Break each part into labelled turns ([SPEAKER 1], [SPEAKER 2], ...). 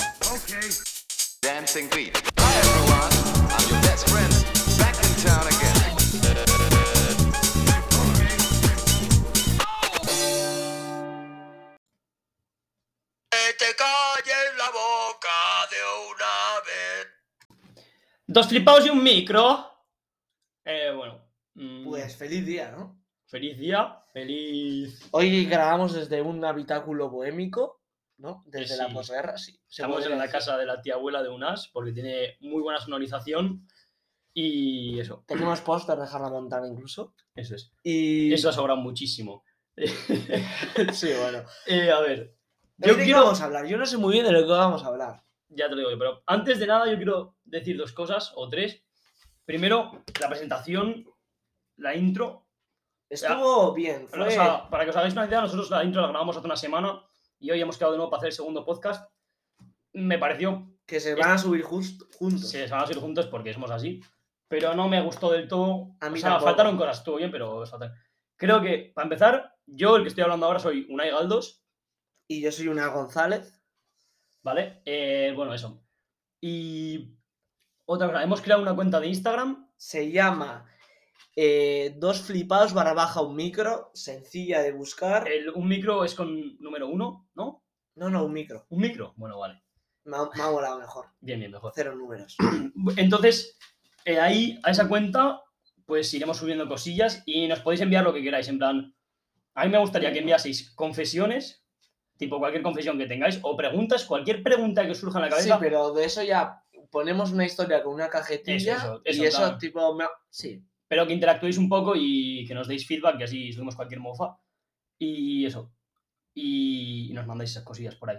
[SPEAKER 1] okay?
[SPEAKER 2] Dancing Beat. Hi everyone, I'm your best friend, back in town again.
[SPEAKER 3] Que te calles la boca de una vez.
[SPEAKER 4] Dos flipados y un micro. Eh, bueno. mm,
[SPEAKER 5] Pues feliz día, ¿no?
[SPEAKER 4] Feliz día, feliz.
[SPEAKER 5] Hoy grabamos desde un habitáculo bohémico, ¿no? Desde la
[SPEAKER 4] sí.
[SPEAKER 5] posguerra, sí. se
[SPEAKER 4] Estamos
[SPEAKER 5] podría
[SPEAKER 4] en la
[SPEAKER 5] decir.
[SPEAKER 4] casa de la tía abuela de Unas porque tiene muy buena sonorización. Y eso,
[SPEAKER 5] Tenemos póster de Hannah Montana incluso.
[SPEAKER 4] eso es.
[SPEAKER 5] Y.
[SPEAKER 4] Eso ha sobrado muchísimo.
[SPEAKER 5] sí, bueno.
[SPEAKER 4] Eh, a ver.
[SPEAKER 5] Yo
[SPEAKER 4] Yo
[SPEAKER 5] ¿De qué
[SPEAKER 4] quiero.
[SPEAKER 5] vamos a hablar? Yo no sé muy bien de lo que vamos a hablar.
[SPEAKER 4] Ya te lo digo yo, pero antes de nada, yo quiero decir dos cosas o tres. Primero, la presentación, la intro.
[SPEAKER 5] Estuvo bien,
[SPEAKER 4] Bueno,
[SPEAKER 5] fue.
[SPEAKER 4] o sea, para que os hagáis una idea, nosotros la intro la grabamos hace una semana y hoy hemos quedado de nuevo para hacer el segundo podcast. Me pareció
[SPEAKER 5] que se van a subir just- juntos.
[SPEAKER 4] Sí, se van a ir juntos porque somos así. Pero no me gustó del todo.
[SPEAKER 5] A mí
[SPEAKER 4] o sea,
[SPEAKER 5] tampoco.
[SPEAKER 4] faltaron cosas, estuvo bien, pero faltan- Creo que, para empezar, yo, el que estoy hablando ahora, soy Unai Galdos,
[SPEAKER 5] Y yo soy una González.
[SPEAKER 4] ¿vale? Eh, bueno, eso. Y otra cosa, hemos creado una cuenta de Instagram.
[SPEAKER 5] Se llama eh, Dos flipados barra baja un micro. Sencilla de buscar.
[SPEAKER 4] El- un micro es con número uno, ¿no?
[SPEAKER 5] No, no, un micro.
[SPEAKER 4] Un micro. Bueno, vale.
[SPEAKER 5] Me ha, me ha molado mejor.
[SPEAKER 4] Bien, bien, mejor.
[SPEAKER 5] Cero números.
[SPEAKER 4] Entonces, eh, ahí, a esa cuenta, pues iremos subiendo cosillas y nos podéis enviar lo que queráis. En plan, a mí me gustaría que enviaseis confesiones, tipo cualquier confesión que tengáis, o preguntas, cualquier pregunta que os surja en la
[SPEAKER 5] Sí,
[SPEAKER 4] cabeza.
[SPEAKER 5] pero de eso ya ponemos una historia con una cajetilla
[SPEAKER 4] Eso, eso, eso,
[SPEAKER 5] y eso
[SPEAKER 4] claro.
[SPEAKER 5] tipo... me- Sí,
[SPEAKER 4] pero que interactuéis un poco y que nos deis feedback, que así subimos cualquier mofa. Y eso. Y, y nos mandáis esas cosillas por ahí.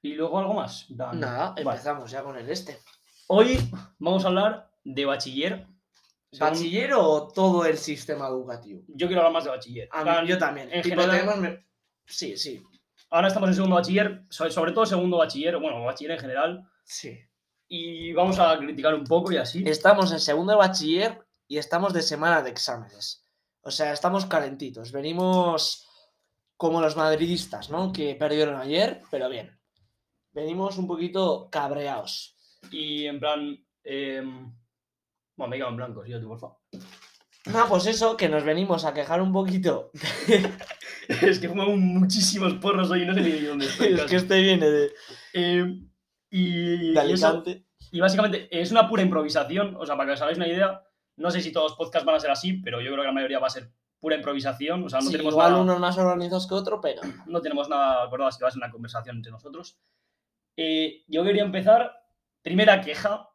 [SPEAKER 4] Y luego algo más. En plan,
[SPEAKER 5] nada,
[SPEAKER 4] vale.
[SPEAKER 5] empezamos ya con el este.
[SPEAKER 4] Hoy vamos a hablar de bachiller. Según-
[SPEAKER 5] ¿Bachiller o todo el sistema educativo?
[SPEAKER 4] Yo quiero hablar más de bachiller.
[SPEAKER 5] A
[SPEAKER 4] En
[SPEAKER 5] mí-
[SPEAKER 4] plan,
[SPEAKER 5] yo también.
[SPEAKER 4] en
[SPEAKER 5] Tipo,
[SPEAKER 4] general-
[SPEAKER 5] tenemos me- Sí, sí,
[SPEAKER 4] Ahora estamos en segundo bachiller, so- sobre todo segundo bachiller, bueno, bachiller en general,
[SPEAKER 5] sí.
[SPEAKER 4] y vamos a criticar un poco y así.
[SPEAKER 5] Estamos en segundo de bachiller y estamos de semana de exámenes. O sea, estamos calentitos. Venimos como los madridistas, ¿no? Que perdieron ayer, pero bien. Venimos un poquito cabreados.
[SPEAKER 4] Y en plan. em, Bueno, me he quedado en blanco, sí, yo, tío, porfa.
[SPEAKER 5] No, pues eso, que nos venimos a quejar un poquito
[SPEAKER 4] es que fumamos muchísimos porros hoy y no sé ni dónde estoy.
[SPEAKER 5] Es
[SPEAKER 4] casi.
[SPEAKER 5] que este viene de,
[SPEAKER 4] Em, y,
[SPEAKER 5] de
[SPEAKER 4] y eso-
[SPEAKER 5] Alicante.
[SPEAKER 4] y básicamente es una pura improvisación, o sea, para que os hagáis una idea, no sé si todos los podcasts van a ser así, pero yo creo que la mayoría va a ser pura improvisación, o sea, no
[SPEAKER 5] Sí,
[SPEAKER 4] tenemos
[SPEAKER 5] igual
[SPEAKER 4] nada...
[SPEAKER 5] unos más organizados que otro, pero
[SPEAKER 4] no tenemos nada acordado, así que va a ser una conversación entre nosotros. Eh, yo quería empezar. Primera queja.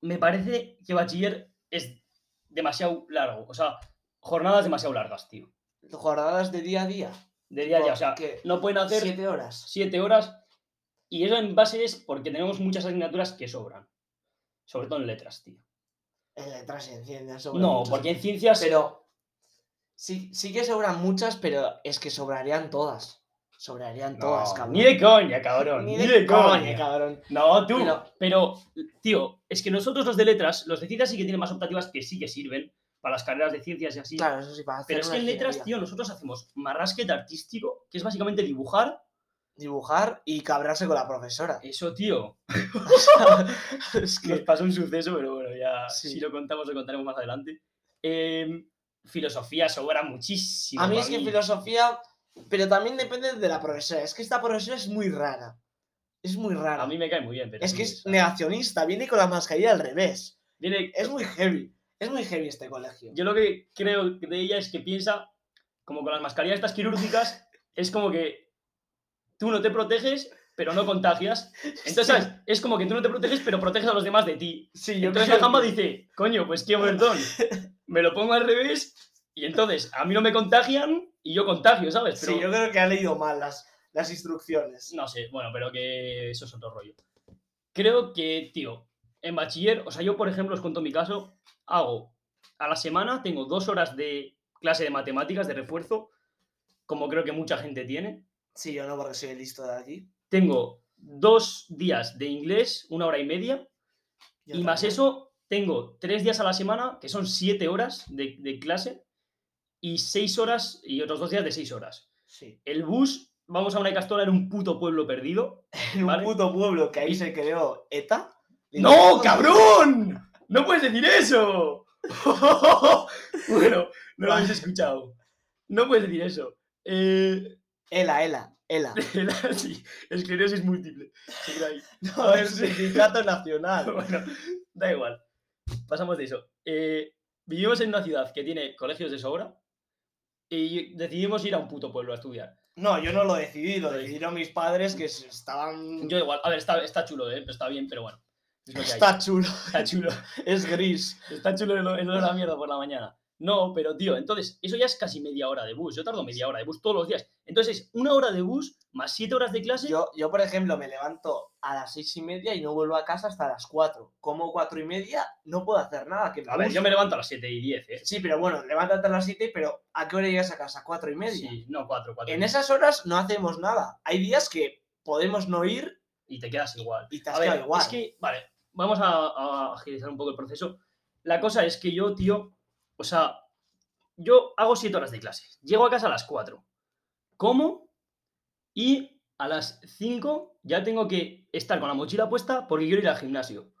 [SPEAKER 4] Me parece que bachiller es demasiado largo. O sea, jornadas demasiado largas, tío.
[SPEAKER 5] jornadas de día a día.
[SPEAKER 4] De día a día. O sea,
[SPEAKER 5] Porque
[SPEAKER 4] no pueden hacer siete,
[SPEAKER 5] Siete horas.
[SPEAKER 4] horas. Y eso en base es porque tenemos muchas asignaturas que sobran. Sobre todo en letras, tío.
[SPEAKER 5] En letras y en ciencias sobran
[SPEAKER 4] No,
[SPEAKER 5] muchas.
[SPEAKER 4] porque en ciencias.
[SPEAKER 5] Pero sí, sí que sobran muchas, pero es que sobrarían todas. Sobrarían
[SPEAKER 4] No,
[SPEAKER 5] todas, cabrón.
[SPEAKER 4] ni de coña, cabrón. Ni de, coña.
[SPEAKER 5] cabrón.
[SPEAKER 4] No, tú.
[SPEAKER 5] Pero-
[SPEAKER 4] Pero, tío, es que nosotros los de letras, los de ciencias sí que tienen más optativas que sí que sirven para las carreras de ciencias y así.
[SPEAKER 5] Claro, eso sí, para hacer
[SPEAKER 4] pero es
[SPEAKER 5] una
[SPEAKER 4] que en letras,
[SPEAKER 5] ingeniería.
[SPEAKER 4] tío, nosotros hacemos marrasquet artístico, que es básicamente dibujar.
[SPEAKER 5] Dibujar y cabrarse con la profesora.
[SPEAKER 4] Eso, tío,
[SPEAKER 5] es
[SPEAKER 4] nos
[SPEAKER 5] que...
[SPEAKER 4] pasó un suceso, pero bueno, ya
[SPEAKER 5] Sí.
[SPEAKER 4] si lo contamos lo contaremos más adelante. Em, filosofía sobra muchísimo.
[SPEAKER 5] A mí
[SPEAKER 4] pa'
[SPEAKER 5] es que filosofía... Pero también depende de la profesora. Es que esta profesora es muy rara. Es muy rara.
[SPEAKER 4] A mí me cae muy bien, pero...
[SPEAKER 5] Es
[SPEAKER 4] sí,
[SPEAKER 5] que
[SPEAKER 4] o
[SPEAKER 5] es
[SPEAKER 4] sea,
[SPEAKER 5] negacionista, viene con la mascarilla al revés.
[SPEAKER 4] viene-
[SPEAKER 5] Es muy heavy. Es muy heavy este colegio.
[SPEAKER 4] Yo lo que creo de ella es que piensa, como con las mascarillas estas quirúrgicas, es como que tú no te proteges, pero no contagias. Entonces, ¿sabes? es como que tú no te proteges, pero proteges a los demás de ti.
[SPEAKER 5] Sí,
[SPEAKER 4] Y entonces la gamba dice, coño, pues qué perdón. Me lo pongo al revés y entonces a mí no me contagian y yo contagio, ¿sabes? Pero,
[SPEAKER 5] Sí, yo creo que ha leído mal las, las instrucciones.
[SPEAKER 4] No sé, bueno, pero que eso es otro rollo. Creo que, tío, en bachiller, o sea, yo por ejemplo os cuento mi caso, hago a la semana, tengo dos horas de clase de matemáticas, de refuerzo, como creo que mucha gente tiene.
[SPEAKER 5] Sí, yo no, porque soy el listo de aquí.
[SPEAKER 4] Tengo dos días de inglés, una hora y media,
[SPEAKER 5] Yo
[SPEAKER 4] y más
[SPEAKER 5] también.
[SPEAKER 4] eso, tengo tres días a la semana, que son siete horas de, de clase, y seis horas, y otros dos días de seis horas.
[SPEAKER 5] Sí.
[SPEAKER 4] El bus Vamos a una castola en un puto pueblo perdido.
[SPEAKER 5] En un
[SPEAKER 4] Vale.
[SPEAKER 5] puto pueblo que ahí se creó ETA.
[SPEAKER 4] ¡No, cabrón! ¡No puedes decir eso! bueno, no lo habéis
[SPEAKER 5] Vale.
[SPEAKER 4] escuchado. No puedes decir eso. Eh,
[SPEAKER 5] Ela, Ela, Ela.
[SPEAKER 4] la- sí, esclerosis múltiple. Se queda ahí.
[SPEAKER 5] No, es un sindicato nacional.
[SPEAKER 4] Bueno, da igual. Pasamos de eso. Eh, vivimos en una ciudad que tiene colegios de sobra y decidimos ir a un puto pueblo a estudiar.
[SPEAKER 5] No, yo no lo decidí, lo decidieron mis padres que se estaban.
[SPEAKER 4] Yo igual, a ver, está, está chulo, ¿eh? está bien, pero bueno. es lo que hay.
[SPEAKER 5] Está chulo,
[SPEAKER 4] está chulo.
[SPEAKER 5] es gris.
[SPEAKER 4] Está chulo el, el olor a mierda por la mañana. No, pero tío, entonces, eso ya es casi media hora de bus. Yo tardo media hora de bus todos los días. Entonces, es una hora de bus más siete horas de clase.
[SPEAKER 5] Yo, yo, por ejemplo, me levanto a las seis y media y no vuelvo a casa hasta las cuatro. Como cuatro y media, no puedo hacer nada. Que me
[SPEAKER 4] a ver,
[SPEAKER 5] guste.
[SPEAKER 4] yo me levanto a las siete y diez, ¿eh?
[SPEAKER 5] Sí, pero bueno, levántate a las siete, pero ¿a qué hora llegas a casa? Cuatro y media.
[SPEAKER 4] Sí, no, cuatro, cuatro. y
[SPEAKER 5] En
[SPEAKER 4] media.
[SPEAKER 5] esas horas no hacemos nada. Hay días que podemos no ir
[SPEAKER 4] Y te quedas igual.
[SPEAKER 5] y te
[SPEAKER 4] A
[SPEAKER 5] has
[SPEAKER 4] ver,
[SPEAKER 5] quedado igual.
[SPEAKER 4] Es que, vale, vamos a, a agilizar un poco el proceso. La cosa es que yo, tío, o sea, yo hago siete horas de clase. Llego a casa a las 4. Como y a las 5 ya tengo que estar con la mochila puesta porque quiero ir al gimnasio.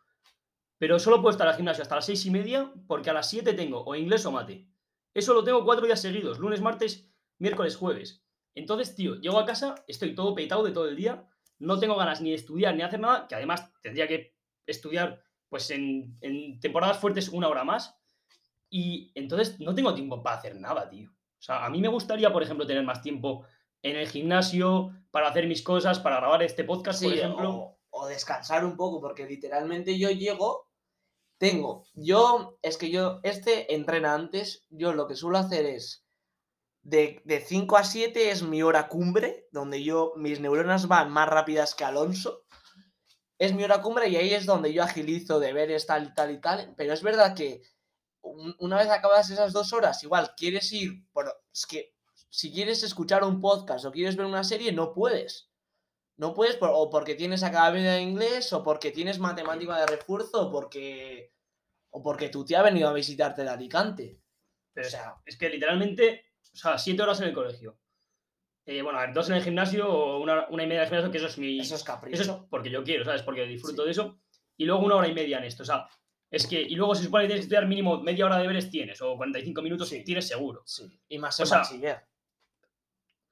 [SPEAKER 4] Pero solo puedo estar al gimnasio hasta las seis y media porque a las 7 tengo o inglés o mate. Eso lo tengo cuatro días seguidos, lunes, martes, miércoles, jueves. Entonces, tío, llego a casa, estoy todo petado de todo el día, no tengo ganas ni de estudiar ni de hacer nada, que además tendría que estudiar pues en, en temporadas fuertes una hora más. Y entonces no tengo tiempo para hacer nada, tío. O sea, a mí me gustaría, por ejemplo, tener más tiempo en el gimnasio para hacer mis cosas, para grabar este podcast, por
[SPEAKER 5] Sí,
[SPEAKER 4] ejemplo.
[SPEAKER 5] o, o descansar un poco, porque literalmente yo llego, tengo, yo, es que yo, este entrena antes, yo lo que suelo hacer es, de, de 5 a 7 es mi hora cumbre, donde yo, mis neuronas van más rápidas que Alonso, es mi hora cumbre y ahí es donde yo agilizo deberes tal y tal y tal, pero es verdad que un- una vez acabadas esas dos horas, igual quieres ir, bueno, es que si quieres escuchar un podcast o quieres ver una serie, no puedes. No puedes por- o porque tienes academia de inglés o porque tienes matemática de refuerzo o porque o porque tu tía ha venido a visitarte de Alicante. O
[SPEAKER 4] Pero es-
[SPEAKER 5] sea,
[SPEAKER 4] es que literalmente, o sea, siete horas en el colegio. Eh, bueno, a ver, dos en el gimnasio o una, una y media en el gimnasio, que eso es mi.
[SPEAKER 5] eso es
[SPEAKER 4] Eso
[SPEAKER 5] capricho.
[SPEAKER 4] es porque yo quiero, ¿sabes? Porque disfruto de eso. Y luego una hora y media en esto. O sea, es que. Y luego se supone que tienes que estudiar mínimo media hora de deberes tienes, o 45 minutos
[SPEAKER 5] Sí.
[SPEAKER 4] tienes seguro.
[SPEAKER 5] Sí, y más
[SPEAKER 4] o
[SPEAKER 5] en
[SPEAKER 4] sea,
[SPEAKER 5] bachiller.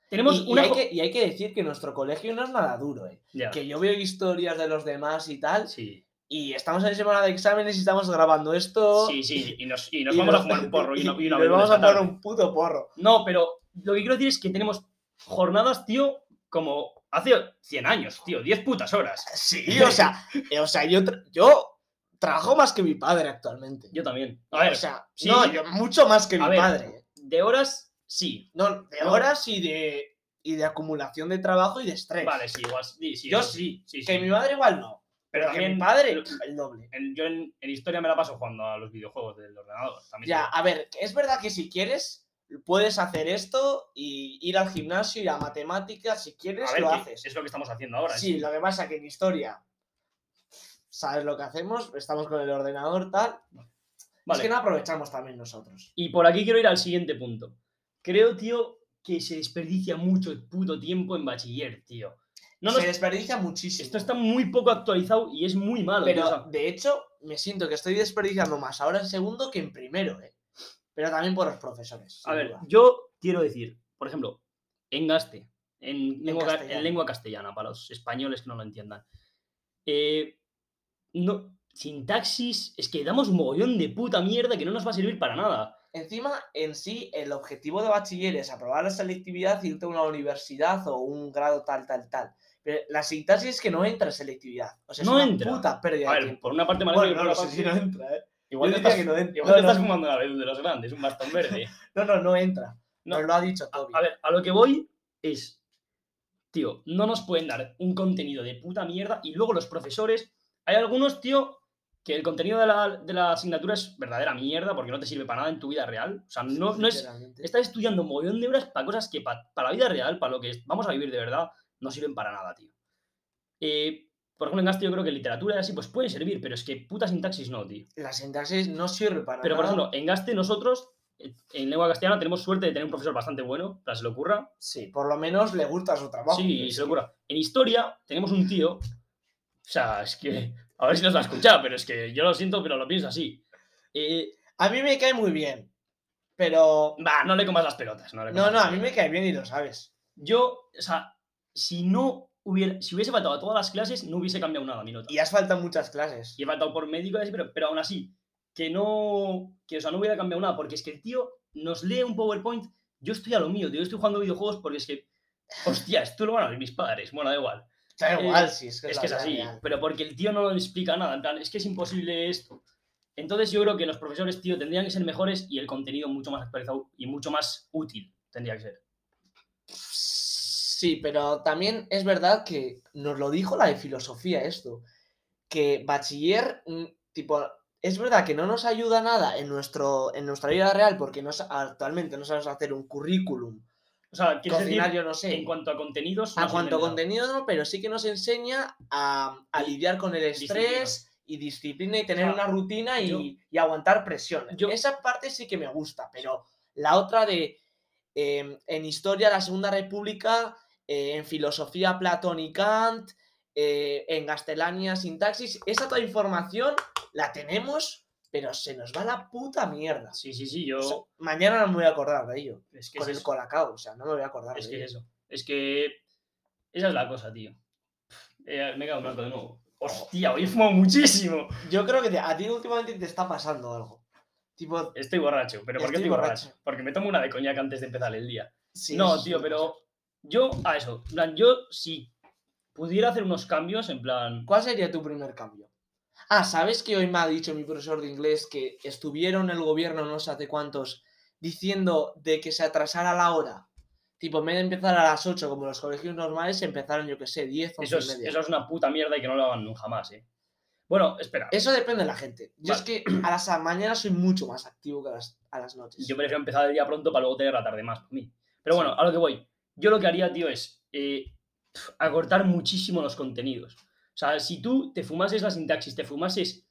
[SPEAKER 4] Tenemos
[SPEAKER 5] Y, y
[SPEAKER 4] una.
[SPEAKER 5] hay
[SPEAKER 4] jo-
[SPEAKER 5] que, y hay que decir que nuestro colegio no es nada duro, ¿eh?
[SPEAKER 4] Ya,
[SPEAKER 5] Que yo veo historias de los demás y tal,
[SPEAKER 4] Sí,
[SPEAKER 5] y estamos en semana de exámenes y estamos grabando esto.
[SPEAKER 4] sí, sí. Y nos, y nos
[SPEAKER 5] y
[SPEAKER 4] vamos a
[SPEAKER 5] nos-
[SPEAKER 4] fumar un porro y, una- y
[SPEAKER 5] y
[SPEAKER 4] una
[SPEAKER 5] nos
[SPEAKER 4] bebida
[SPEAKER 5] vamos a
[SPEAKER 4] esta tarde.
[SPEAKER 5] poner un puto porro.
[SPEAKER 4] No, pero lo que quiero decir es que tenemos jornadas, tío, como hace 100 años, tío. 10 putas horas.
[SPEAKER 5] Sí, o sea, eh, o sea, yo tra- yo trabajo más que mi padre actualmente.
[SPEAKER 4] Yo también. A ver,
[SPEAKER 5] o sea,
[SPEAKER 4] sí,
[SPEAKER 5] no,
[SPEAKER 4] sí.
[SPEAKER 5] yo mucho más que
[SPEAKER 4] A
[SPEAKER 5] mi
[SPEAKER 4] ver.
[SPEAKER 5] padre.
[SPEAKER 4] de horas, sí.
[SPEAKER 5] No, de
[SPEAKER 4] No.
[SPEAKER 5] horas y de, y de acumulación de trabajo y de estrés.
[SPEAKER 4] Vale, sí, igual. Sí, sí,
[SPEAKER 5] Yo
[SPEAKER 4] eso
[SPEAKER 5] sí,
[SPEAKER 4] sí,
[SPEAKER 5] Que
[SPEAKER 4] sí.
[SPEAKER 5] mi madre igual no. Pero, que mi padre, el doble.
[SPEAKER 4] en- yo en, en historia me la paso jugando a los videojuegos del ordenador. También
[SPEAKER 5] Ya,
[SPEAKER 4] te
[SPEAKER 5] a ver, es verdad que si quieres, puedes hacer esto y ir al gimnasio, ir a matemáticas, si
[SPEAKER 4] digo.
[SPEAKER 5] quieres,
[SPEAKER 4] A ver,
[SPEAKER 5] lo
[SPEAKER 4] que
[SPEAKER 5] haces.
[SPEAKER 4] Es lo que estamos haciendo ahora.
[SPEAKER 5] Sí,
[SPEAKER 4] es-
[SPEAKER 5] lo que pasa que en historia, ¿sabes lo que hacemos? Estamos con el ordenador, tal.
[SPEAKER 4] Vale.
[SPEAKER 5] Es que no aprovechamos también nosotros.
[SPEAKER 4] Y por aquí quiero ir al siguiente punto. Creo, tío, que se desperdicia mucho el puto tiempo en bachiller, tío. No, no,
[SPEAKER 5] Se desperdicia muchísimo.
[SPEAKER 4] esto está muy poco actualizado y es muy malo. tío, o
[SPEAKER 5] Pero
[SPEAKER 4] sea,
[SPEAKER 5] de hecho, me siento que estoy desperdiciando más ahora en segundo que en primero, ¿eh? Pero también por los profesores.
[SPEAKER 4] a
[SPEAKER 5] sin
[SPEAKER 4] ver,
[SPEAKER 5] duda.
[SPEAKER 4] yo quiero decir, por ejemplo, engaste, en lengua, ca- en
[SPEAKER 5] castellano.
[SPEAKER 4] lengua castellana, para los españoles que no lo entiendan. Eh, no, sintaxis, es que damos un mogollón de puta mierda que no nos va a servir para nada.
[SPEAKER 5] Encima, en sí, el objetivo de bachiller es aprobar la selectividad, irte a una universidad o un grado tal, tal, tal. Pero la sintaxis es que no entra selectividad. O sea,
[SPEAKER 4] No
[SPEAKER 5] es una
[SPEAKER 4] entra.
[SPEAKER 5] puta pérdida
[SPEAKER 4] A
[SPEAKER 5] de
[SPEAKER 4] ver,
[SPEAKER 5] tiempo.
[SPEAKER 4] por una parte me alegro
[SPEAKER 5] Bueno,
[SPEAKER 4] y
[SPEAKER 5] no,
[SPEAKER 4] por
[SPEAKER 5] no
[SPEAKER 4] otra
[SPEAKER 5] sé si no
[SPEAKER 4] parte-
[SPEAKER 5] entra, ¿eh?
[SPEAKER 4] Igual
[SPEAKER 5] Yo
[SPEAKER 4] te
[SPEAKER 5] diría
[SPEAKER 4] estás,
[SPEAKER 5] que no entra.
[SPEAKER 4] igual
[SPEAKER 5] No,
[SPEAKER 4] te
[SPEAKER 5] no,
[SPEAKER 4] estás fumando la luz de los grandes, un bastón verde.
[SPEAKER 5] No, no, no entra.
[SPEAKER 4] No.
[SPEAKER 5] Nos lo ha dicho Toby.
[SPEAKER 4] A ver, a lo que voy es, tío, no nos pueden dar un contenido de puta mierda y luego los profesores, hay algunos, tío, que el contenido de la, de la asignatura es verdadera mierda porque no te sirve para nada en tu vida real. O sea, no, no es...
[SPEAKER 5] Literalmente.
[SPEAKER 4] Estás estudiando un mogollón de horas para cosas que pa- para la vida real, para lo que es- vamos a vivir de verdad, no sirven para nada, tío. Eh, por ejemplo, en gasto yo creo que literatura y así, pues puede servir, pero es que puta sintaxis no, tío.
[SPEAKER 5] La sintaxis no sirve para
[SPEAKER 4] Pero, por
[SPEAKER 5] nada.
[SPEAKER 4] ejemplo, en Gaste nosotros eh, en lengua castellana tenemos suerte de tener un profesor bastante bueno, para se le ocurra.
[SPEAKER 5] Sí, por lo menos le gusta su trabajo.
[SPEAKER 4] Sí, y
[SPEAKER 5] Es
[SPEAKER 4] se le
[SPEAKER 5] que-
[SPEAKER 4] ocurra. En historia tenemos un tío, o sea, es que, a ver si nos va a escuchar, pero es que yo lo siento, pero lo pienso así. Eh,
[SPEAKER 5] A mí me cae muy bien, pero...
[SPEAKER 4] bah, no le comas las pelotas. No, le
[SPEAKER 5] No,
[SPEAKER 4] comas
[SPEAKER 5] no,
[SPEAKER 4] las
[SPEAKER 5] a mí me cae bien y lo sabes.
[SPEAKER 4] Yo, o sea, si no hubiera, si hubiese faltado a todas las clases, no hubiese cambiado nada mi nota.
[SPEAKER 5] Y has faltado en muchas clases.
[SPEAKER 4] Y he faltado por médico, y así, pero, pero aún así, que no, que o sea, no hubiera cambiado nada, porque es que el tío nos lee un PowerPoint, yo estoy a lo mío, tío, yo estoy jugando videojuegos porque es que, hostia, esto lo van a ver mis padres, bueno, da igual.
[SPEAKER 5] Da
[SPEAKER 4] Eh,
[SPEAKER 5] igual, sí, es que
[SPEAKER 4] Es que es
[SPEAKER 5] la
[SPEAKER 4] así,
[SPEAKER 5] vida real.
[SPEAKER 4] pero porque el tío no nos explica nada, en plan, es que es imposible esto. Entonces yo creo que los profesores, tío, tendrían que ser mejores y el contenido mucho más actualizado y mucho más útil tendría que ser.
[SPEAKER 5] Sí, pero también es verdad que nos lo dijo la de filosofía esto, que bachiller, mm, tipo, es verdad que no nos ayuda nada en, nuestro, en nuestra vida real porque no sa- actualmente no sabemos hacer un currículum,
[SPEAKER 4] O sea, quiero decir,
[SPEAKER 5] cocinar, yo no sé,
[SPEAKER 4] en cuanto a contenidos...
[SPEAKER 5] a
[SPEAKER 4] nos
[SPEAKER 5] cuanto a
[SPEAKER 4] inventamos.
[SPEAKER 5] contenido no, pero sí que nos enseña a, a lidiar con el
[SPEAKER 4] disciplina.
[SPEAKER 5] estrés y disciplina y tener
[SPEAKER 4] sea,
[SPEAKER 5] una rutina y,
[SPEAKER 4] yo-
[SPEAKER 5] y aguantar presión.
[SPEAKER 4] yo-
[SPEAKER 5] Esa parte sí que me gusta, pero la otra de em, en historia la Segunda República, eh, en filosofía Platón y Kant, eh, en Gastelania sintaxis, esa toda información la tenemos, pero se nos va la puta mierda.
[SPEAKER 4] Sí, sí, sí,
[SPEAKER 5] O
[SPEAKER 4] yo...
[SPEAKER 5] sea, mañana no me voy a acordar de ello.
[SPEAKER 4] es que
[SPEAKER 5] Con
[SPEAKER 4] es
[SPEAKER 5] el
[SPEAKER 4] eso.
[SPEAKER 5] colacao, o sea, no me voy a acordar
[SPEAKER 4] Es
[SPEAKER 5] de
[SPEAKER 4] que
[SPEAKER 5] ello.
[SPEAKER 4] es eso. Es que. Esa es la cosa, tío. Eh, me he quedado blanco de nuevo. Hostia, hoy he fumado muchísimo.
[SPEAKER 5] Yo creo que te- a ti últimamente te está pasando algo. Tipo,
[SPEAKER 4] Estoy borracho. ¿Pero por qué
[SPEAKER 5] Estoy
[SPEAKER 4] estoy borracho?
[SPEAKER 5] borracho.
[SPEAKER 4] Porque me tomo una de coñac antes de empezar el día.
[SPEAKER 5] sí,
[SPEAKER 4] no,
[SPEAKER 5] sí,
[SPEAKER 4] tío,
[SPEAKER 5] sí,
[SPEAKER 4] pero. Yo, a eso. En plan, yo si pudiera hacer unos cambios, en plan.
[SPEAKER 5] ¿Cuál sería tu primer cambio? Ah, ¿sabes que hoy me ha dicho mi profesor de inglés que estuvieron el gobierno no sé hace cuántos diciendo de que se atrasara la hora? Tipo, en vez de empezar a las 8 como los colegios normales, empezaron, yo que sé, 10, 11
[SPEAKER 4] Eso
[SPEAKER 5] y
[SPEAKER 4] es,
[SPEAKER 5] media.
[SPEAKER 4] eso es una puta mierda y que no lo hagan nunca jamás, eh. Bueno, espera.
[SPEAKER 5] Eso depende de la gente. Yo
[SPEAKER 4] Vale.
[SPEAKER 5] es que a las mañanas soy mucho más activo que a las, a las noches.
[SPEAKER 4] Yo prefiero empezar el día pronto para luego tener la tarde más para mí. Pero bueno, a lo que voy. Yo lo que haría, tío, es eh, pf, acortar muchísimo los contenidos. O sea, si tú te fumases la sintaxis, te fumases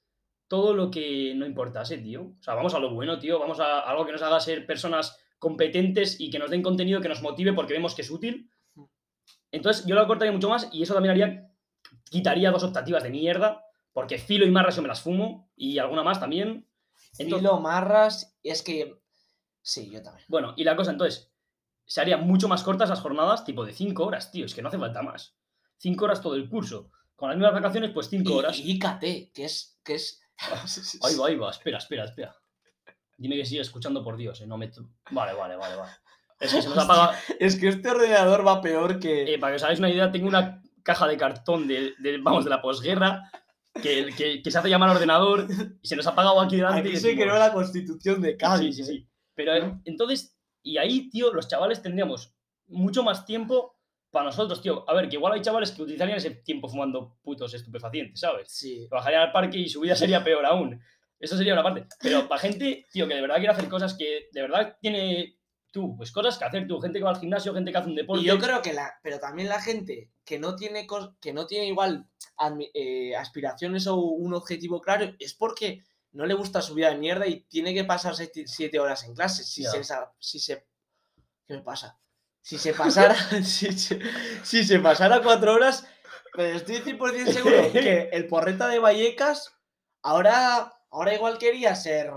[SPEAKER 4] todo lo que no importase, tío. O sea, vamos a lo bueno, tío. Vamos a algo que nos haga ser personas competentes y que nos den contenido que nos motive porque vemos que es útil. Entonces, yo lo acortaría mucho más y eso también haría. Quitaría dos optativas de mierda. Porque filo y marras yo me las fumo. Y alguna más también.
[SPEAKER 5] Filo,
[SPEAKER 4] Entonces-
[SPEAKER 5] marras, y es que... Sí, yo también.
[SPEAKER 4] bueno, y la cosa entonces, se harían mucho más cortas las jornadas, tipo de 5 horas, tío, es que no hace falta más. 5 horas todo el curso. Con las mismas vacaciones, pues 5 horas. Ah,
[SPEAKER 5] Y, y IKT, que es... Que es...
[SPEAKER 4] Ahí va, ahí va, espera, espera, espera. Dime que sigue escuchando por Dios, eh, no me... Vale, vale, vale, vale. Es que se nos ha apagado...
[SPEAKER 5] Es que este ordenador va peor que.
[SPEAKER 4] Eh, para que os hagáis una idea, tengo una caja de cartón de, de- vamos, de la posguerra que, que- que se hace llamar ordenador y se nos ha apagado aquí delante. y
[SPEAKER 5] Aquí se
[SPEAKER 4] decimos,
[SPEAKER 5] creó la constitución de
[SPEAKER 4] Sí,
[SPEAKER 5] Cádiz.
[SPEAKER 4] sí,
[SPEAKER 5] ¿eh?
[SPEAKER 4] sí. Pero eh, entonces, y ahí, tío, los chavales tendríamos mucho más tiempo para nosotros, tío. A ver, que igual hay chavales que utilizarían ese tiempo fumando putos estupefacientes, ¿sabes?
[SPEAKER 5] Sí.
[SPEAKER 4] Que bajarían al parque y su vida sería peor aún. Eso sería una parte. Pero para gente, tío, que de verdad quiere hacer cosas que de verdad tiene tú, pues cosas que hacer tú. Gente que va al gimnasio, gente que hace un deporte.
[SPEAKER 5] Y yo creo que la. Pero también la gente que no tiene cos- que no tiene igual admi- eh, aspiraciones o un objetivo claro es porque no le gusta su vida de mierda y tiene que pasar siete, siete horas en clase. Si
[SPEAKER 4] Ya.
[SPEAKER 5] se sa- si se. ¿Qué me pasa? Si se pasara. si, se, si se pasara cuatro horas. Pero estoy 100% seguro que el porreta de Vallecas ahora, ahora igual quería ser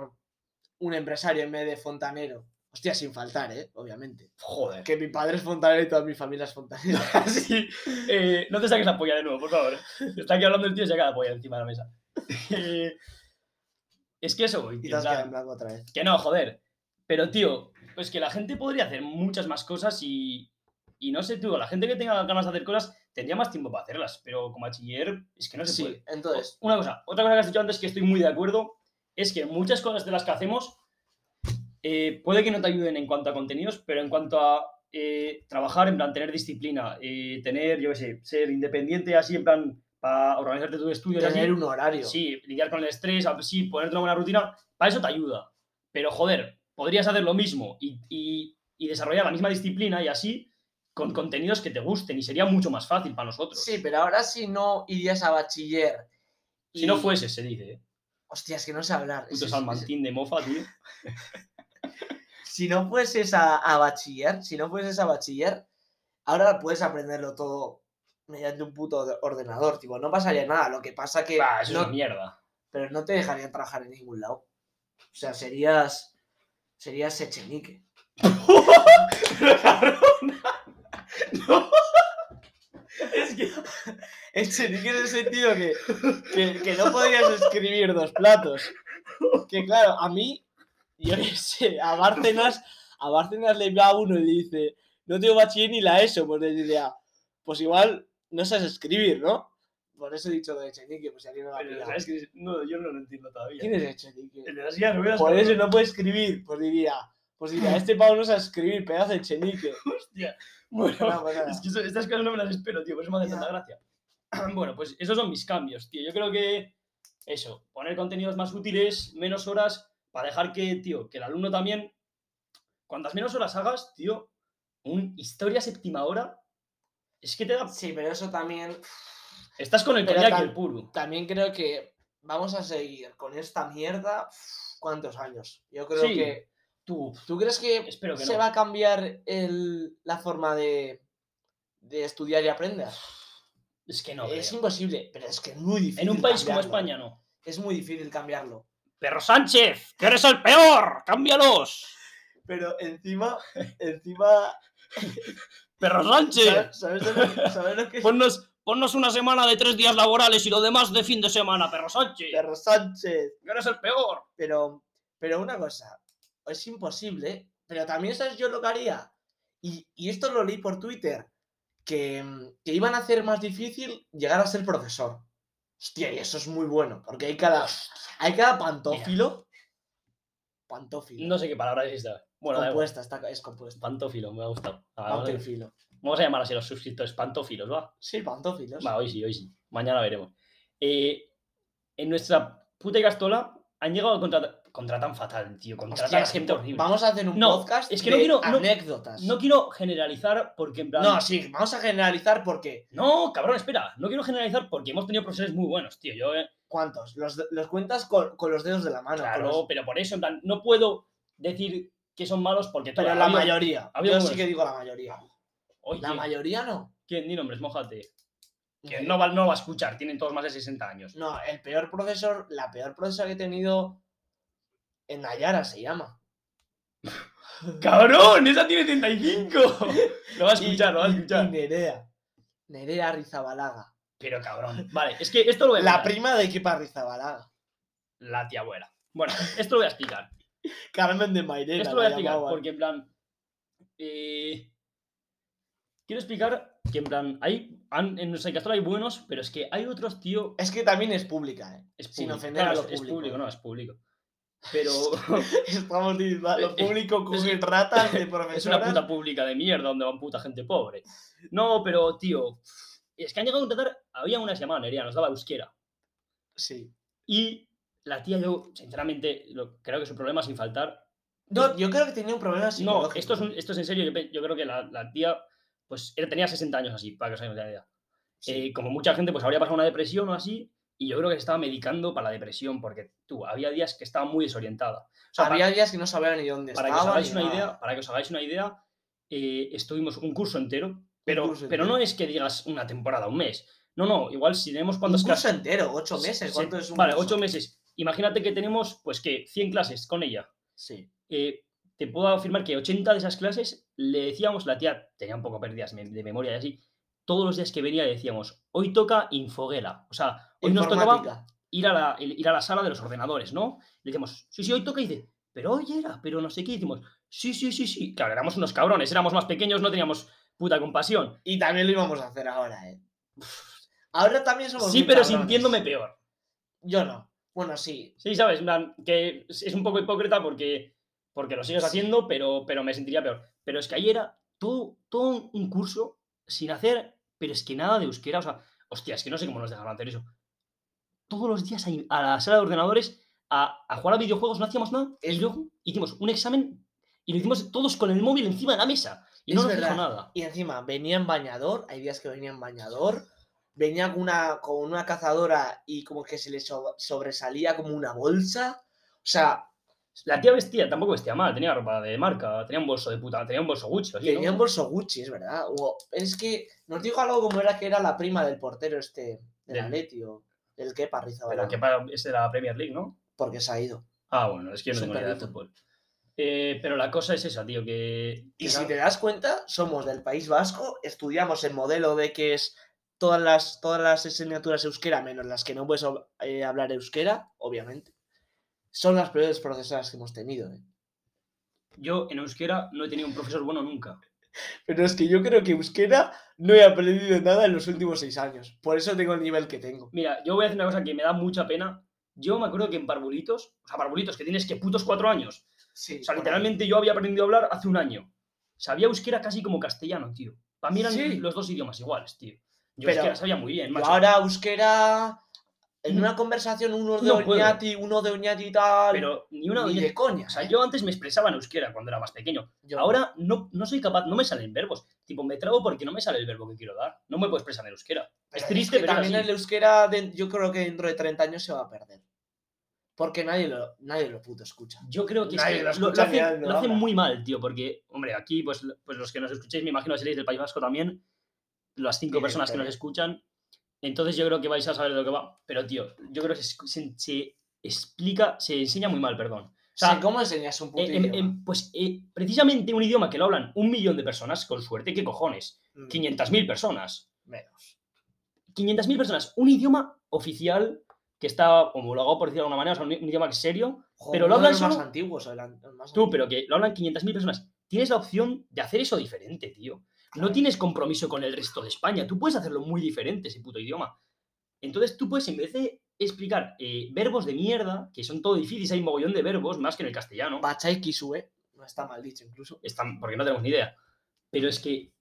[SPEAKER 5] un empresario en vez de fontanero. Hostia, sin faltar, ¿eh? Obviamente.
[SPEAKER 4] Joder.
[SPEAKER 5] Que mi padre es fontanero y toda mi familia es fontanera.
[SPEAKER 4] Sí. Eh, no te saques la polla de nuevo, por favor. Está aquí hablando el tío y saca la polla encima de la mesa. Eh, es que eso, güey,
[SPEAKER 5] Y
[SPEAKER 4] que
[SPEAKER 5] te has
[SPEAKER 4] en plan-
[SPEAKER 5] quedado en blanco otra vez.
[SPEAKER 4] Que no, joder. Pero, tío, pues que la gente podría hacer muchas más cosas y. Y no sé, tú, la gente que tenga ganas de hacer cosas tendría más tiempo para hacerlas, pero como bachiller es que no se puede.
[SPEAKER 5] Sí, entonces,
[SPEAKER 4] Una cosa, otra cosa que has dicho antes que estoy muy de acuerdo es que muchas cosas de las que hacemos eh, puede que no te ayuden en cuanto a contenidos, pero en cuanto a eh, trabajar, en plan, tener disciplina, eh, tener, yo qué sé, ser independiente así, en plan, para organizarte tus estudios. así,
[SPEAKER 5] tener un horario.
[SPEAKER 4] Sí, lidiar con el estrés, a- sí, ponerte una buena rutina, para eso te ayuda. Pero joder, podrías hacer lo mismo y, y- y desarrollar la misma disciplina y así con contenidos que te gusten y sería mucho más fácil para nosotros.
[SPEAKER 5] Sí, pero ahora si no irías a bachiller.
[SPEAKER 4] Si no fuese, se dice. ¿eh?
[SPEAKER 5] Hostia, es que no sé hablar.
[SPEAKER 4] Puto
[SPEAKER 5] Es- es-
[SPEAKER 4] salmantín de mofa, tío.
[SPEAKER 5] si no fueses a, a bachiller, si no fueses a bachiller, ahora puedes aprenderlo todo mediante un puto de- ordenador, tipo, no pasaría nada, lo que pasa que
[SPEAKER 4] Bah, eso
[SPEAKER 5] no-
[SPEAKER 4] es una mierda.
[SPEAKER 5] pero no te dejarían trabajar en ningún lado. O sea, serías serías Echenique.
[SPEAKER 4] Es que
[SPEAKER 5] Echenique en el sentido que, que, que no podías escribir dos platos. Que claro, a mí, yo qué sé, a Bárcenas, a Bárcenas le va uno y le dice, no tengo bachiller ni la ESO, pues le diría, pues igual no sabes escribir, ¿no? Por eso he dicho de Echenique, pues si alguien no lo ha
[SPEAKER 4] Pero,
[SPEAKER 5] pillado.
[SPEAKER 4] ¿sabes qué? No, yo no lo entiendo todavía.
[SPEAKER 5] ¿Quién es Echenique?
[SPEAKER 4] El de las sillas ruedas,
[SPEAKER 5] Por
[SPEAKER 4] cabrón.
[SPEAKER 5] eso no puede escribir, pues diría. Pues diría, este pavo no sabe escribir, pedazo de chenique.
[SPEAKER 4] Bueno,
[SPEAKER 5] No, pues nada.
[SPEAKER 4] es que eso- estas cosas no me las espero, tío, por eso me hace
[SPEAKER 5] Ya.
[SPEAKER 4] tanta gracia. Bueno, pues esos son mis cambios, tío. Yo creo que eso, poner contenidos más útiles, menos horas, para dejar que, tío, que el alumno también, cuantas menos horas hagas, tío, un historia séptima hora, es que te da...
[SPEAKER 5] Sí, pero eso también.
[SPEAKER 4] Estás con el
[SPEAKER 5] Pero
[SPEAKER 4] coñac y
[SPEAKER 5] tan-
[SPEAKER 4] el puro.
[SPEAKER 5] También creo que vamos a seguir con esta mierda. ¿Cuántos años? Yo creo
[SPEAKER 4] Sí.
[SPEAKER 5] que.
[SPEAKER 4] Tú,
[SPEAKER 5] ¿Tú crees que
[SPEAKER 4] espero que
[SPEAKER 5] se
[SPEAKER 4] no.
[SPEAKER 5] va a cambiar el- la forma de, de estudiar y aprender?
[SPEAKER 4] Es que no.
[SPEAKER 5] es
[SPEAKER 4] creo.
[SPEAKER 5] imposible, pero es que es muy difícil.
[SPEAKER 4] En un país como
[SPEAKER 5] cambiarlo.
[SPEAKER 4] España no.
[SPEAKER 5] Es muy difícil cambiarlo.
[SPEAKER 4] Pero Sánchez, que eres el peor, cámbialos.
[SPEAKER 5] Pero encima, encima.
[SPEAKER 4] Perro
[SPEAKER 5] ¿sabes, sabes lo que- sabes lo que es
[SPEAKER 4] Ponnos, ponnos una semana de tres días laborales y lo demás de fin de semana, perro Sánchez.
[SPEAKER 5] Pedro Sánchez?
[SPEAKER 4] Eres el peor.
[SPEAKER 5] Pero, pero una cosa, es imposible, pero también sabes yo lo que haría. Y, y esto lo leí por Twitter, que, mm, que iban a hacer más difícil llegar a ser profesor. Hostia, y eso es muy bueno, porque hay cada, hay cada pantófilo. Pantófilo.
[SPEAKER 4] No sé qué palabra es esta. Bueno, da igual.
[SPEAKER 5] compuesta, está, es compuesta.
[SPEAKER 4] Pantófilo, me ha gustado. Ah, vamos, a,
[SPEAKER 5] Pantófilo.
[SPEAKER 4] vamos a llamar así a los suscriptores pantófilos, ¿va?
[SPEAKER 5] Pues Sí, pantófilos.
[SPEAKER 4] Va, hoy sí, hoy sí. Mañana veremos. Eh, en nuestra puta castola han llegado a contratar. Contratan fatal, tío. Contratan
[SPEAKER 5] Hostia, pues
[SPEAKER 4] a gente horrible.
[SPEAKER 5] Vamos a hacer un
[SPEAKER 4] No,
[SPEAKER 5] podcast
[SPEAKER 4] es que no
[SPEAKER 5] de
[SPEAKER 4] quiero- no-
[SPEAKER 5] anécdotas.
[SPEAKER 4] No quiero generalizar porque en plan.
[SPEAKER 5] no, sí, vamos a generalizar porque...
[SPEAKER 4] No, cabrón, espera. No quiero generalizar porque hemos tenido profesores muy buenos, tío. Yo, eh,
[SPEAKER 5] ¿Cuántos? Los, de- los cuentas con, con los dedos de la mano. con
[SPEAKER 4] claro,
[SPEAKER 5] los-
[SPEAKER 4] pero por eso, en plan, no puedo decir que son malos porque
[SPEAKER 5] Pero
[SPEAKER 4] toda
[SPEAKER 5] la
[SPEAKER 4] vida-
[SPEAKER 5] mayoría.
[SPEAKER 4] había
[SPEAKER 5] Yo
[SPEAKER 4] unos-
[SPEAKER 5] sí que digo la mayoría.
[SPEAKER 4] Oye,
[SPEAKER 5] La mayoría no.
[SPEAKER 4] ¿quién? Di nombres, mojate. Que
[SPEAKER 5] Eh,
[SPEAKER 4] no va, no va a escuchar, tienen todos más de 60 años.
[SPEAKER 5] No, el peor profesor, la peor profesora que he tenido en Nayara se llama.
[SPEAKER 4] ¡Cabrón! ¡Esa tiene 35! Lo va a
[SPEAKER 5] Y-
[SPEAKER 4] escuchar, lo va a
[SPEAKER 5] y-
[SPEAKER 4] escuchar.
[SPEAKER 5] Y Nerea. Nerea Rizabalaga.
[SPEAKER 4] Pero cabrón. Vale, es que esto lo voy a
[SPEAKER 5] La
[SPEAKER 4] explicar.
[SPEAKER 5] prima de Equipa Rizabalaga.
[SPEAKER 4] La tía abuela. Bueno, esto lo voy a explicar.
[SPEAKER 5] Carmen de Mairena.
[SPEAKER 4] Esto lo voy a
[SPEAKER 5] la
[SPEAKER 4] explicar
[SPEAKER 5] llamaban.
[SPEAKER 4] porque, en plan. eh, quiero explicar que, en plan, hay. han- en nuestra castor hay buenos, pero es que hay otros, tío.
[SPEAKER 5] Es que también es pública, ¿eh?
[SPEAKER 4] Es
[SPEAKER 5] Sin
[SPEAKER 4] público.
[SPEAKER 5] ofender a
[SPEAKER 4] es-
[SPEAKER 5] lo
[SPEAKER 4] es,
[SPEAKER 5] público.
[SPEAKER 4] público, no, es público. Pero
[SPEAKER 5] Estamos diciendo, lo
[SPEAKER 4] Eh, eh,
[SPEAKER 5] público coge
[SPEAKER 4] es-
[SPEAKER 5] ratas de
[SPEAKER 4] es una
[SPEAKER 5] profesoras.
[SPEAKER 4] puta pública de mierda donde van puta gente pobre. No, pero, tío. Es que han llegado a contratar. Había una llamada, Nerea, nos daba euskera.
[SPEAKER 5] Sí.
[SPEAKER 4] Y la tía, yo, sinceramente, lo- creo que su problema sin faltar.
[SPEAKER 5] No, yo creo que tenía un problema
[SPEAKER 4] No,
[SPEAKER 5] psicológico.
[SPEAKER 4] esto es, un- eh, esto es en serio. Yo, pe- yo creo que la, la tía, pues, era- tenía 60 años así, para que os hagáis una idea.
[SPEAKER 5] Sí.
[SPEAKER 4] Eh, como mucha gente, pues habría pasado una depresión o así. Y yo creo que se estaba medicando para la depresión, porque tú, había días que estaba muy desorientada. O sea, para-
[SPEAKER 5] Había días que no sabía ni dónde
[SPEAKER 4] para, que os
[SPEAKER 5] estaba.
[SPEAKER 4] hagáis
[SPEAKER 5] ni
[SPEAKER 4] una
[SPEAKER 5] nada.
[SPEAKER 4] idea, para que os hagáis una idea, eh, estuvimos un curso entero, pero,
[SPEAKER 5] curso
[SPEAKER 4] pero no
[SPEAKER 5] entero.
[SPEAKER 4] es que digas una temporada, un mes. No, no, igual si tenemos cuántas
[SPEAKER 5] un
[SPEAKER 4] clases.
[SPEAKER 5] curso entero, ocho
[SPEAKER 4] Sí,
[SPEAKER 5] meses.
[SPEAKER 4] sí,
[SPEAKER 5] ¿Cuánto es un
[SPEAKER 4] Vale,
[SPEAKER 5] curso?
[SPEAKER 4] ocho meses. Imagínate que tenemos, pues, que 100 clases con ella.
[SPEAKER 5] Sí.
[SPEAKER 4] eh, te puedo afirmar que 80 de esas clases le decíamos, la tía tenía un poco pérdidas me- de memoria y así, todos los días que venía le decíamos, hoy toca infoguela. O sea, hoy nos tocaba
[SPEAKER 5] Informática.
[SPEAKER 4] ir a, la, el- ir a la sala de los ordenadores, ¿no? Le decíamos, sí, sí, hoy toca y dice, pero hoy era, pero no sé qué. Y decimos, sí, sí, sí, sí. Claro, éramos unos cabrones, éramos más pequeños, no teníamos puta compasión.
[SPEAKER 5] Y también lo íbamos a hacer ahora, ¿eh? Ahora también somos.
[SPEAKER 4] Sí,
[SPEAKER 5] muy
[SPEAKER 4] pero
[SPEAKER 5] cabrones.
[SPEAKER 4] sintiéndome peor.
[SPEAKER 5] Yo no. Bueno, sí.
[SPEAKER 4] Sí, sabes, En plan, que es es un poco hipócrita porque, porque lo sigues
[SPEAKER 5] Sí.
[SPEAKER 4] haciendo, pero, pero me sentiría peor. Pero es que ahí era todo, todo un- un curso sin hacer, pero es que nada de euskera. O sea, hostia, es que no sé cómo nos dejaron hacer eso. Todos los días ahí a la sala de ordenadores a, a jugar a videojuegos no hacíamos nada. Y
[SPEAKER 5] Es-
[SPEAKER 4] luego hicimos un examen y lo hicimos todos con el móvil encima de la mesa. Y no
[SPEAKER 5] Es
[SPEAKER 4] nos dijo
[SPEAKER 5] verdad.
[SPEAKER 4] nada.
[SPEAKER 5] Y encima, venía en bañador. Hay días que venía en bañador. Venía con una, con una cazadora y como que se le so- sobresalía como una bolsa. O sea,
[SPEAKER 4] La tía vestía, tampoco vestía mal, tenía ropa de marca, tenía un bolso de puta, tenía un bolso Gucci, así, ¿no?
[SPEAKER 5] Tenía un bolso Gucci, es verdad. O- es que nos dijo algo como era que era la prima del portero este, del
[SPEAKER 4] Del-
[SPEAKER 5] Atleti o del Kepa Rizabalaga,
[SPEAKER 4] Pero que para, es de la Premier League, ¿no?
[SPEAKER 5] porque se ha ido.
[SPEAKER 4] Ah, bueno, es que yo no
[SPEAKER 5] Se
[SPEAKER 4] tengo ni idea de
[SPEAKER 5] perdió.
[SPEAKER 4] fútbol. Eh, pero la cosa es esa, tío, que...
[SPEAKER 5] Y
[SPEAKER 4] que
[SPEAKER 5] si
[SPEAKER 4] claro,
[SPEAKER 5] te das cuenta, somos del País Vasco, estudiamos el modelo de que es todas las, todas las asignaturas euskera, menos las que no puedes ob- eh, hablar euskera, obviamente. Son las peores profesoras que hemos tenido. ¿eh?
[SPEAKER 4] Yo en euskera no he tenido un profesor bueno nunca.
[SPEAKER 5] Pero es que yo creo que euskera no he aprendido nada en los últimos seis años. Por eso tengo el nivel que tengo.
[SPEAKER 4] Mira, yo voy a decir una cosa que me da mucha pena. Yo me acuerdo que en parvulitos, o sea, parvulitos que tienes que putos cuatro años.
[SPEAKER 5] Sí,
[SPEAKER 4] O sea, literalmente yo había aprendido a hablar hace un año. Sabía euskera casi como castellano, tío. Para mí eran
[SPEAKER 5] Sí.
[SPEAKER 4] los dos idiomas iguales, tío. Yo
[SPEAKER 5] Pero-
[SPEAKER 4] euskera sabía muy bien, macho.
[SPEAKER 5] ahora euskera... En
[SPEAKER 4] Mm.
[SPEAKER 5] una conversación uno de
[SPEAKER 4] No puedo.
[SPEAKER 5] Oñati, uno de Oñati y tal...
[SPEAKER 4] Pero ni una
[SPEAKER 5] ni
[SPEAKER 4] doña-
[SPEAKER 5] de coña.
[SPEAKER 4] O sea,
[SPEAKER 5] ¿eh?
[SPEAKER 4] yo antes me expresaba en euskera cuando era más pequeño.
[SPEAKER 5] Yo-
[SPEAKER 4] Ahora no, no soy capaz, no me salen verbos. Tipo, me trago porque no me sale el verbo que quiero dar. No me puedo expresar en euskera.
[SPEAKER 5] Pero
[SPEAKER 4] es triste,
[SPEAKER 5] que
[SPEAKER 4] pero es
[SPEAKER 5] también
[SPEAKER 4] así.
[SPEAKER 5] el euskera, de- yo creo que dentro de 30 años se va a perder. Porque nadie lo, nadie lo puto escucha.
[SPEAKER 4] Yo creo que, es
[SPEAKER 5] Nadie
[SPEAKER 4] que
[SPEAKER 5] lo
[SPEAKER 4] lo,
[SPEAKER 5] escucha ni
[SPEAKER 4] hacen,
[SPEAKER 5] nadie lo
[SPEAKER 4] lo hacen
[SPEAKER 5] habla.
[SPEAKER 4] muy mal, tío, porque, hombre, aquí, pues, lo- pues los que nos escuchéis, me imagino que seréis del País Vasco también, las cinco
[SPEAKER 5] Tienen
[SPEAKER 4] personas que nos
[SPEAKER 5] interés.
[SPEAKER 4] escuchan, entonces yo creo que vais a saber de lo que va. Pero, tío, yo creo que se, se- se explica, se enseña muy mal, perdón.
[SPEAKER 5] O
[SPEAKER 4] sea,
[SPEAKER 5] sea, ¿cómo enseñas un puto
[SPEAKER 4] Eh, em,
[SPEAKER 5] idioma?
[SPEAKER 4] em, pues eh, precisamente un idioma que lo hablan un millón de personas, con suerte, ¿qué cojones?
[SPEAKER 5] Mm,
[SPEAKER 4] 500.000 personas.
[SPEAKER 5] Menos.
[SPEAKER 4] 500.000 personas, un idioma oficial que está homologado, por decirlo de alguna manera, o sea, un, un idioma que es serio.
[SPEAKER 5] Joder,
[SPEAKER 4] Pero lo
[SPEAKER 5] uno de
[SPEAKER 4] hablan
[SPEAKER 5] los más
[SPEAKER 4] solo-
[SPEAKER 5] antiguos. el an- el más
[SPEAKER 4] Tú,
[SPEAKER 5] antiguo.
[SPEAKER 4] pero que lo hablan 500.000 personas. Tienes la opción de hacer eso diferente, tío. No
[SPEAKER 5] Claro.
[SPEAKER 4] tienes compromiso con el resto de España. Tú puedes hacerlo muy diferente, ese puto idioma. Entonces tú puedes, en vez de explicar eh, verbos de mierda, que son todo difíciles, hay mogollón de verbos, más que en el castellano.
[SPEAKER 5] Bachai Kisue. No está mal dicho, incluso.
[SPEAKER 4] están, porque no tenemos ni idea. Pero es que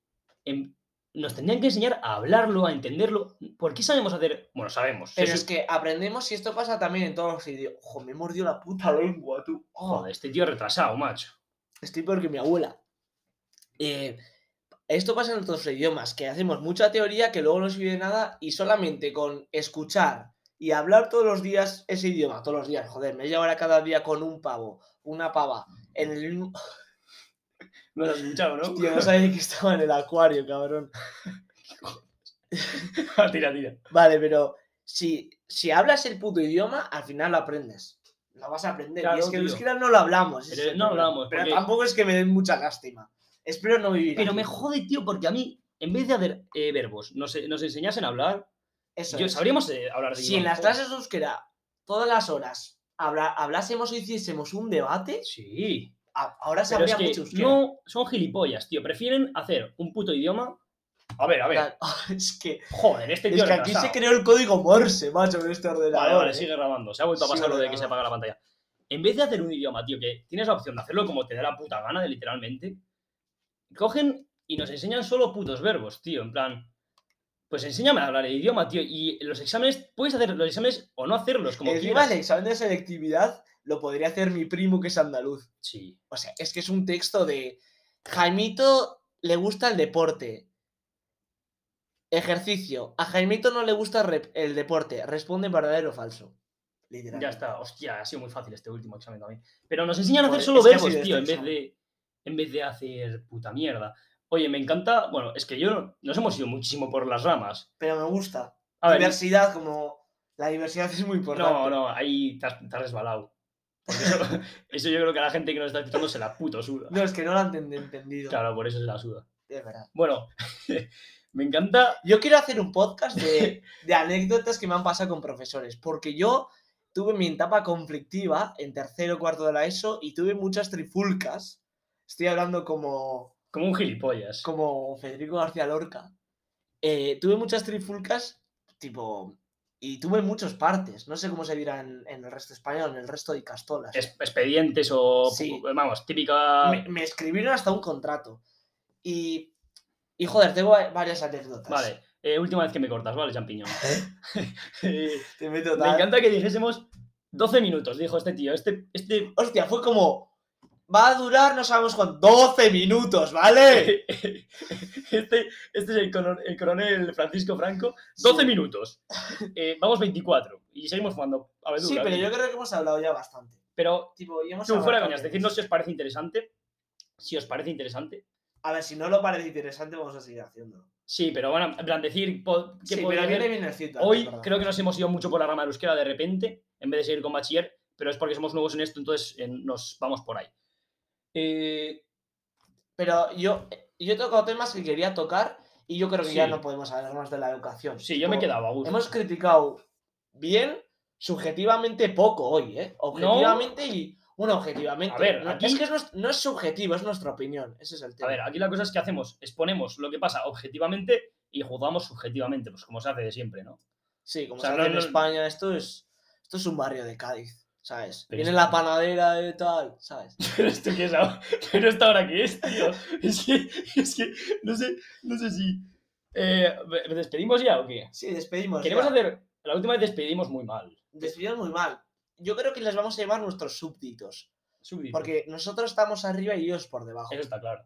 [SPEAKER 4] em, nos tendrían que enseñar a hablarlo, a entenderlo. ¿Por qué sabemos hacer? Bueno, sabemos.
[SPEAKER 5] Pero
[SPEAKER 4] sí,
[SPEAKER 5] es
[SPEAKER 4] sí.
[SPEAKER 5] que aprendemos y esto pasa también en todos los idiomas. Ojo, me mordió la puta lengua, tú. Oh,
[SPEAKER 4] Joder, este tío es retrasado, macho.
[SPEAKER 5] Estoy porque mi abuela. Eh, esto pasa en otros idiomas, que hacemos mucha teoría que luego no sirve de nada y solamente con escuchar y hablar todos los días ese idioma, todos los días, joder, media hora cada día con un pavo, una pava, en el mismo...
[SPEAKER 4] No lo has escuchado, ¿no?
[SPEAKER 5] Tío, no sabía que estaba en el acuario, cabrón.
[SPEAKER 4] tira, tira.
[SPEAKER 5] Vale, pero si, si hablas el puto idioma, al final lo aprendes. Lo vas a aprender. y
[SPEAKER 4] Claro,
[SPEAKER 5] es que en
[SPEAKER 4] tío.
[SPEAKER 5] euskera no lo hablamos. ese
[SPEAKER 4] Pero
[SPEAKER 5] es el
[SPEAKER 4] no
[SPEAKER 5] problema.
[SPEAKER 4] hablamos,
[SPEAKER 5] Pero
[SPEAKER 4] porque-
[SPEAKER 5] tampoco es que me den mucha lástima. Espero no vivir.
[SPEAKER 4] Pero
[SPEAKER 5] aquí.
[SPEAKER 4] me jode, tío, porque a mí, en vez de hacer eh, verbos, nos, nos enseñasen a hablar,
[SPEAKER 5] Eso
[SPEAKER 4] yo,
[SPEAKER 5] es.
[SPEAKER 4] sabríamos eh, hablar de
[SPEAKER 5] si en
[SPEAKER 4] idiomas,
[SPEAKER 5] las
[SPEAKER 4] joder.
[SPEAKER 5] clases de euskera todas las horas habla- hablásemos o hiciésemos un debate,
[SPEAKER 4] Sí.
[SPEAKER 5] a- ahora se
[SPEAKER 4] Pero es
[SPEAKER 5] habría
[SPEAKER 4] que
[SPEAKER 5] mucho euskera.
[SPEAKER 4] no son gilipollas, tío. Prefieren hacer un puto idioma. A ver, a ver.
[SPEAKER 5] Claro, oh, es que,
[SPEAKER 4] Joder, este tío
[SPEAKER 5] es que aquí
[SPEAKER 4] retrasado.
[SPEAKER 5] se creó el código Morse, macho, en este ordenador.
[SPEAKER 4] Vale, vale,
[SPEAKER 5] ¿eh?
[SPEAKER 4] sigue grabando. Se ha vuelto a
[SPEAKER 5] Sigue
[SPEAKER 4] pasar lo de que se
[SPEAKER 5] grabando.
[SPEAKER 4] apaga la pantalla. En vez de hacer un idioma, tío, que tienes la opción de hacerlo como te da la puta gana, de literalmente, cogen y nos enseñan solo putos verbos, tío. En plan, pues enséñame a hablar el idioma, tío. Y los exámenes, puedes hacer los exámenes o no hacerlos, como
[SPEAKER 5] Encima
[SPEAKER 4] quieras.
[SPEAKER 5] el examen de selectividad lo podría hacer mi primo que es andaluz.
[SPEAKER 4] Sí.
[SPEAKER 5] O sea, es que es un texto de Jaimito le gusta el deporte. Ejercicio. A Jaimito no le gusta rep- el deporte. Responde verdadero o falso. Literal.
[SPEAKER 4] Ya está. Hostia, ha sido muy fácil este último examen también. Pero nos enseñan a hacer
[SPEAKER 5] Joder,
[SPEAKER 4] solo
[SPEAKER 5] es que ha
[SPEAKER 4] verbos,
[SPEAKER 5] sido
[SPEAKER 4] tío, en
[SPEAKER 5] este
[SPEAKER 4] vez de. En vez de hacer puta mierda. Oye, me encanta. Bueno, es que yo nos hemos ido muchísimo por las ramas.
[SPEAKER 5] Pero me gusta.
[SPEAKER 4] A ver,
[SPEAKER 5] diversidad, como. La diversidad es muy importante.
[SPEAKER 4] No, no, ahí te has, te has resbalado. Porque eso, eso yo creo que a la gente que nos está escuchando se la puto suda.
[SPEAKER 5] No, es que no lo han enten- entendido.
[SPEAKER 4] Claro, por eso se la suda.
[SPEAKER 5] Es verdad.
[SPEAKER 4] Bueno, me encanta.
[SPEAKER 5] Yo quiero hacer un podcast de, de anécdotas que me han pasado con profesores. Porque yo tuve mi etapa conflictiva en tercero cuarto de la ESO y tuve muchas trifulcas. Estoy hablando como,
[SPEAKER 4] Como un gilipollas.
[SPEAKER 5] como Federico García Lorca. Eh, tuve muchas trifulcas, tipo. Y tuve muchos partes. No sé cómo se dirá en, en el resto español, en el resto de Castolas.
[SPEAKER 4] Es- expedientes o.
[SPEAKER 5] Sí.
[SPEAKER 4] Vamos, típica.
[SPEAKER 5] me, me escribieron hasta un contrato. Y, y joder, tengo va- varias anécdotas.
[SPEAKER 4] Vale, eh, última vez que me cortas, ¿vale, champiñón? Eh,
[SPEAKER 5] Te meto
[SPEAKER 4] me
[SPEAKER 5] tal.
[SPEAKER 4] encanta que dijésemos 12 minutos, dijo este tío. Este, este,
[SPEAKER 5] Hostia, fue como. Va a durar, no sabemos cuánto. 12 minutos, ¿vale?
[SPEAKER 4] este, este es el, cono- el coronel Francisco Franco. 12
[SPEAKER 5] Sí.
[SPEAKER 4] minutos. Eh, vamos 24 y seguimos jugando. A ver,
[SPEAKER 5] Sí, pero yo creo que hemos hablado ya bastante.
[SPEAKER 4] Pero
[SPEAKER 5] Tipo, y hemos
[SPEAKER 4] tú fuera
[SPEAKER 5] abarcado
[SPEAKER 4] de coñas,
[SPEAKER 5] temas.
[SPEAKER 4] decidnos si os parece interesante. Si os parece interesante.
[SPEAKER 5] A ver, si no lo parece interesante, vamos a seguir haciendo.
[SPEAKER 4] Sí, pero van a en plan, decir po- que
[SPEAKER 5] Sí,
[SPEAKER 4] podría
[SPEAKER 5] pero
[SPEAKER 4] haber-
[SPEAKER 5] viene bien el cita.
[SPEAKER 4] Hoy creo que nos hemos ido mucho por la rama de euskera de repente, en vez de seguir con bachiller, pero es porque somos nuevos en esto, entonces eh, nos vamos por ahí. Eh,
[SPEAKER 5] Pero yo, yo he tocado temas que quería tocar y yo creo que ya
[SPEAKER 4] Sí.
[SPEAKER 5] no podemos hablar más de la educación.
[SPEAKER 4] sí, yo me he
[SPEAKER 5] Como-
[SPEAKER 4] quedado a gusto.
[SPEAKER 5] Hemos criticado bien, subjetivamente poco hoy, ¿eh? Objetivamente y. Bueno, objetivamente.
[SPEAKER 4] A ver,
[SPEAKER 5] no,
[SPEAKER 4] aquí-
[SPEAKER 5] es que es nues- no es subjetivo, es nuestra opinión. Ese es el
[SPEAKER 4] A
[SPEAKER 5] tema.
[SPEAKER 4] ver, aquí la cosa es que hacemos, exponemos lo que pasa objetivamente y juzgamos subjetivamente, pues como se hace de siempre, ¿no?
[SPEAKER 5] sí, como
[SPEAKER 4] o sea,
[SPEAKER 5] se
[SPEAKER 4] no-
[SPEAKER 5] hace en
[SPEAKER 4] no-
[SPEAKER 5] España, esto es, esto es un barrio de Cádiz, ¿sabes?
[SPEAKER 4] Pero
[SPEAKER 5] Viene
[SPEAKER 4] es-
[SPEAKER 5] la panadera y tal, ¿sabes?
[SPEAKER 4] Pero esto qué es ahora, pero esto ahora qué es, tío. Es que, es que no sé, no sé si. Eh, ¿me- ¿Despedimos ya o qué?
[SPEAKER 5] Sí, despedimos.
[SPEAKER 4] Queremos
[SPEAKER 5] ya.
[SPEAKER 4] hacer. La última vez despedimos muy mal.
[SPEAKER 5] Despedimos muy mal. Yo creo que les vamos a llevar nuestros súbditos.
[SPEAKER 4] Súbdito.
[SPEAKER 5] Porque nosotros estamos arriba y ellos por debajo.
[SPEAKER 4] Eso está claro.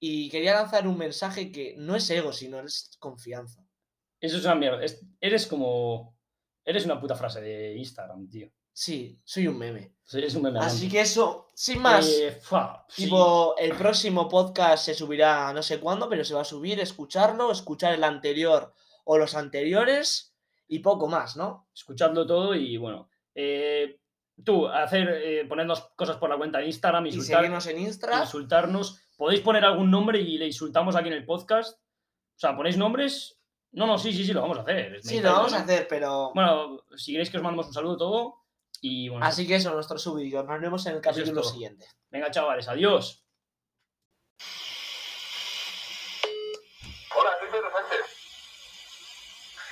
[SPEAKER 5] Y quería lanzar un mensaje que no es ego, sino es confianza.
[SPEAKER 4] Eso es una mierda. es- eres como. Eres una puta frase de Instagram, tío.
[SPEAKER 5] Sí, soy un meme.
[SPEAKER 4] O sea, eres un meme.
[SPEAKER 5] Así
[SPEAKER 4] andante.
[SPEAKER 5] que eso, sin más.
[SPEAKER 4] Eh, fa, sí.
[SPEAKER 5] Tipo, el próximo podcast se subirá no sé cuándo, pero se va a subir, escucharlo, escuchar el anterior o los anteriores y poco más, ¿no?
[SPEAKER 4] Escuchadlo todo y bueno. eh, tú, hacer. eh, ponernos cosas por la cuenta de Instagram,
[SPEAKER 5] Y
[SPEAKER 4] insultar,
[SPEAKER 5] seguirnos en Insta.
[SPEAKER 4] insultarnos. Podéis poner algún nombre y le insultamos aquí en el podcast. O sea, ¿ponéis nombres? No, no, sí, sí, sí, lo vamos a hacer. es
[SPEAKER 5] Sí, lo
[SPEAKER 4] meditable,
[SPEAKER 5] vamos a
[SPEAKER 4] ¿no?
[SPEAKER 5] hacer, pero...
[SPEAKER 4] Bueno, si queréis que os mandemos un saludo todo. Y bueno,
[SPEAKER 5] Así que eso, nuestro subido. Nos vemos en el
[SPEAKER 4] Eso es
[SPEAKER 5] capítulo
[SPEAKER 4] todo.
[SPEAKER 5] siguiente.
[SPEAKER 4] venga, chavales, adiós.
[SPEAKER 3] Hola, soy Pedro Sánchez.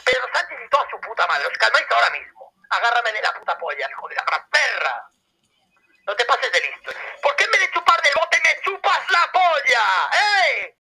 [SPEAKER 3] Pedro Sánchez y toda su puta madre. Os calmáis ahora mismo. Agárrame de la puta polla, hijo de la gran perra. No te pases de listo. ¿Por qué en vez de chupar del bote me chupas la polla? ¡Eh!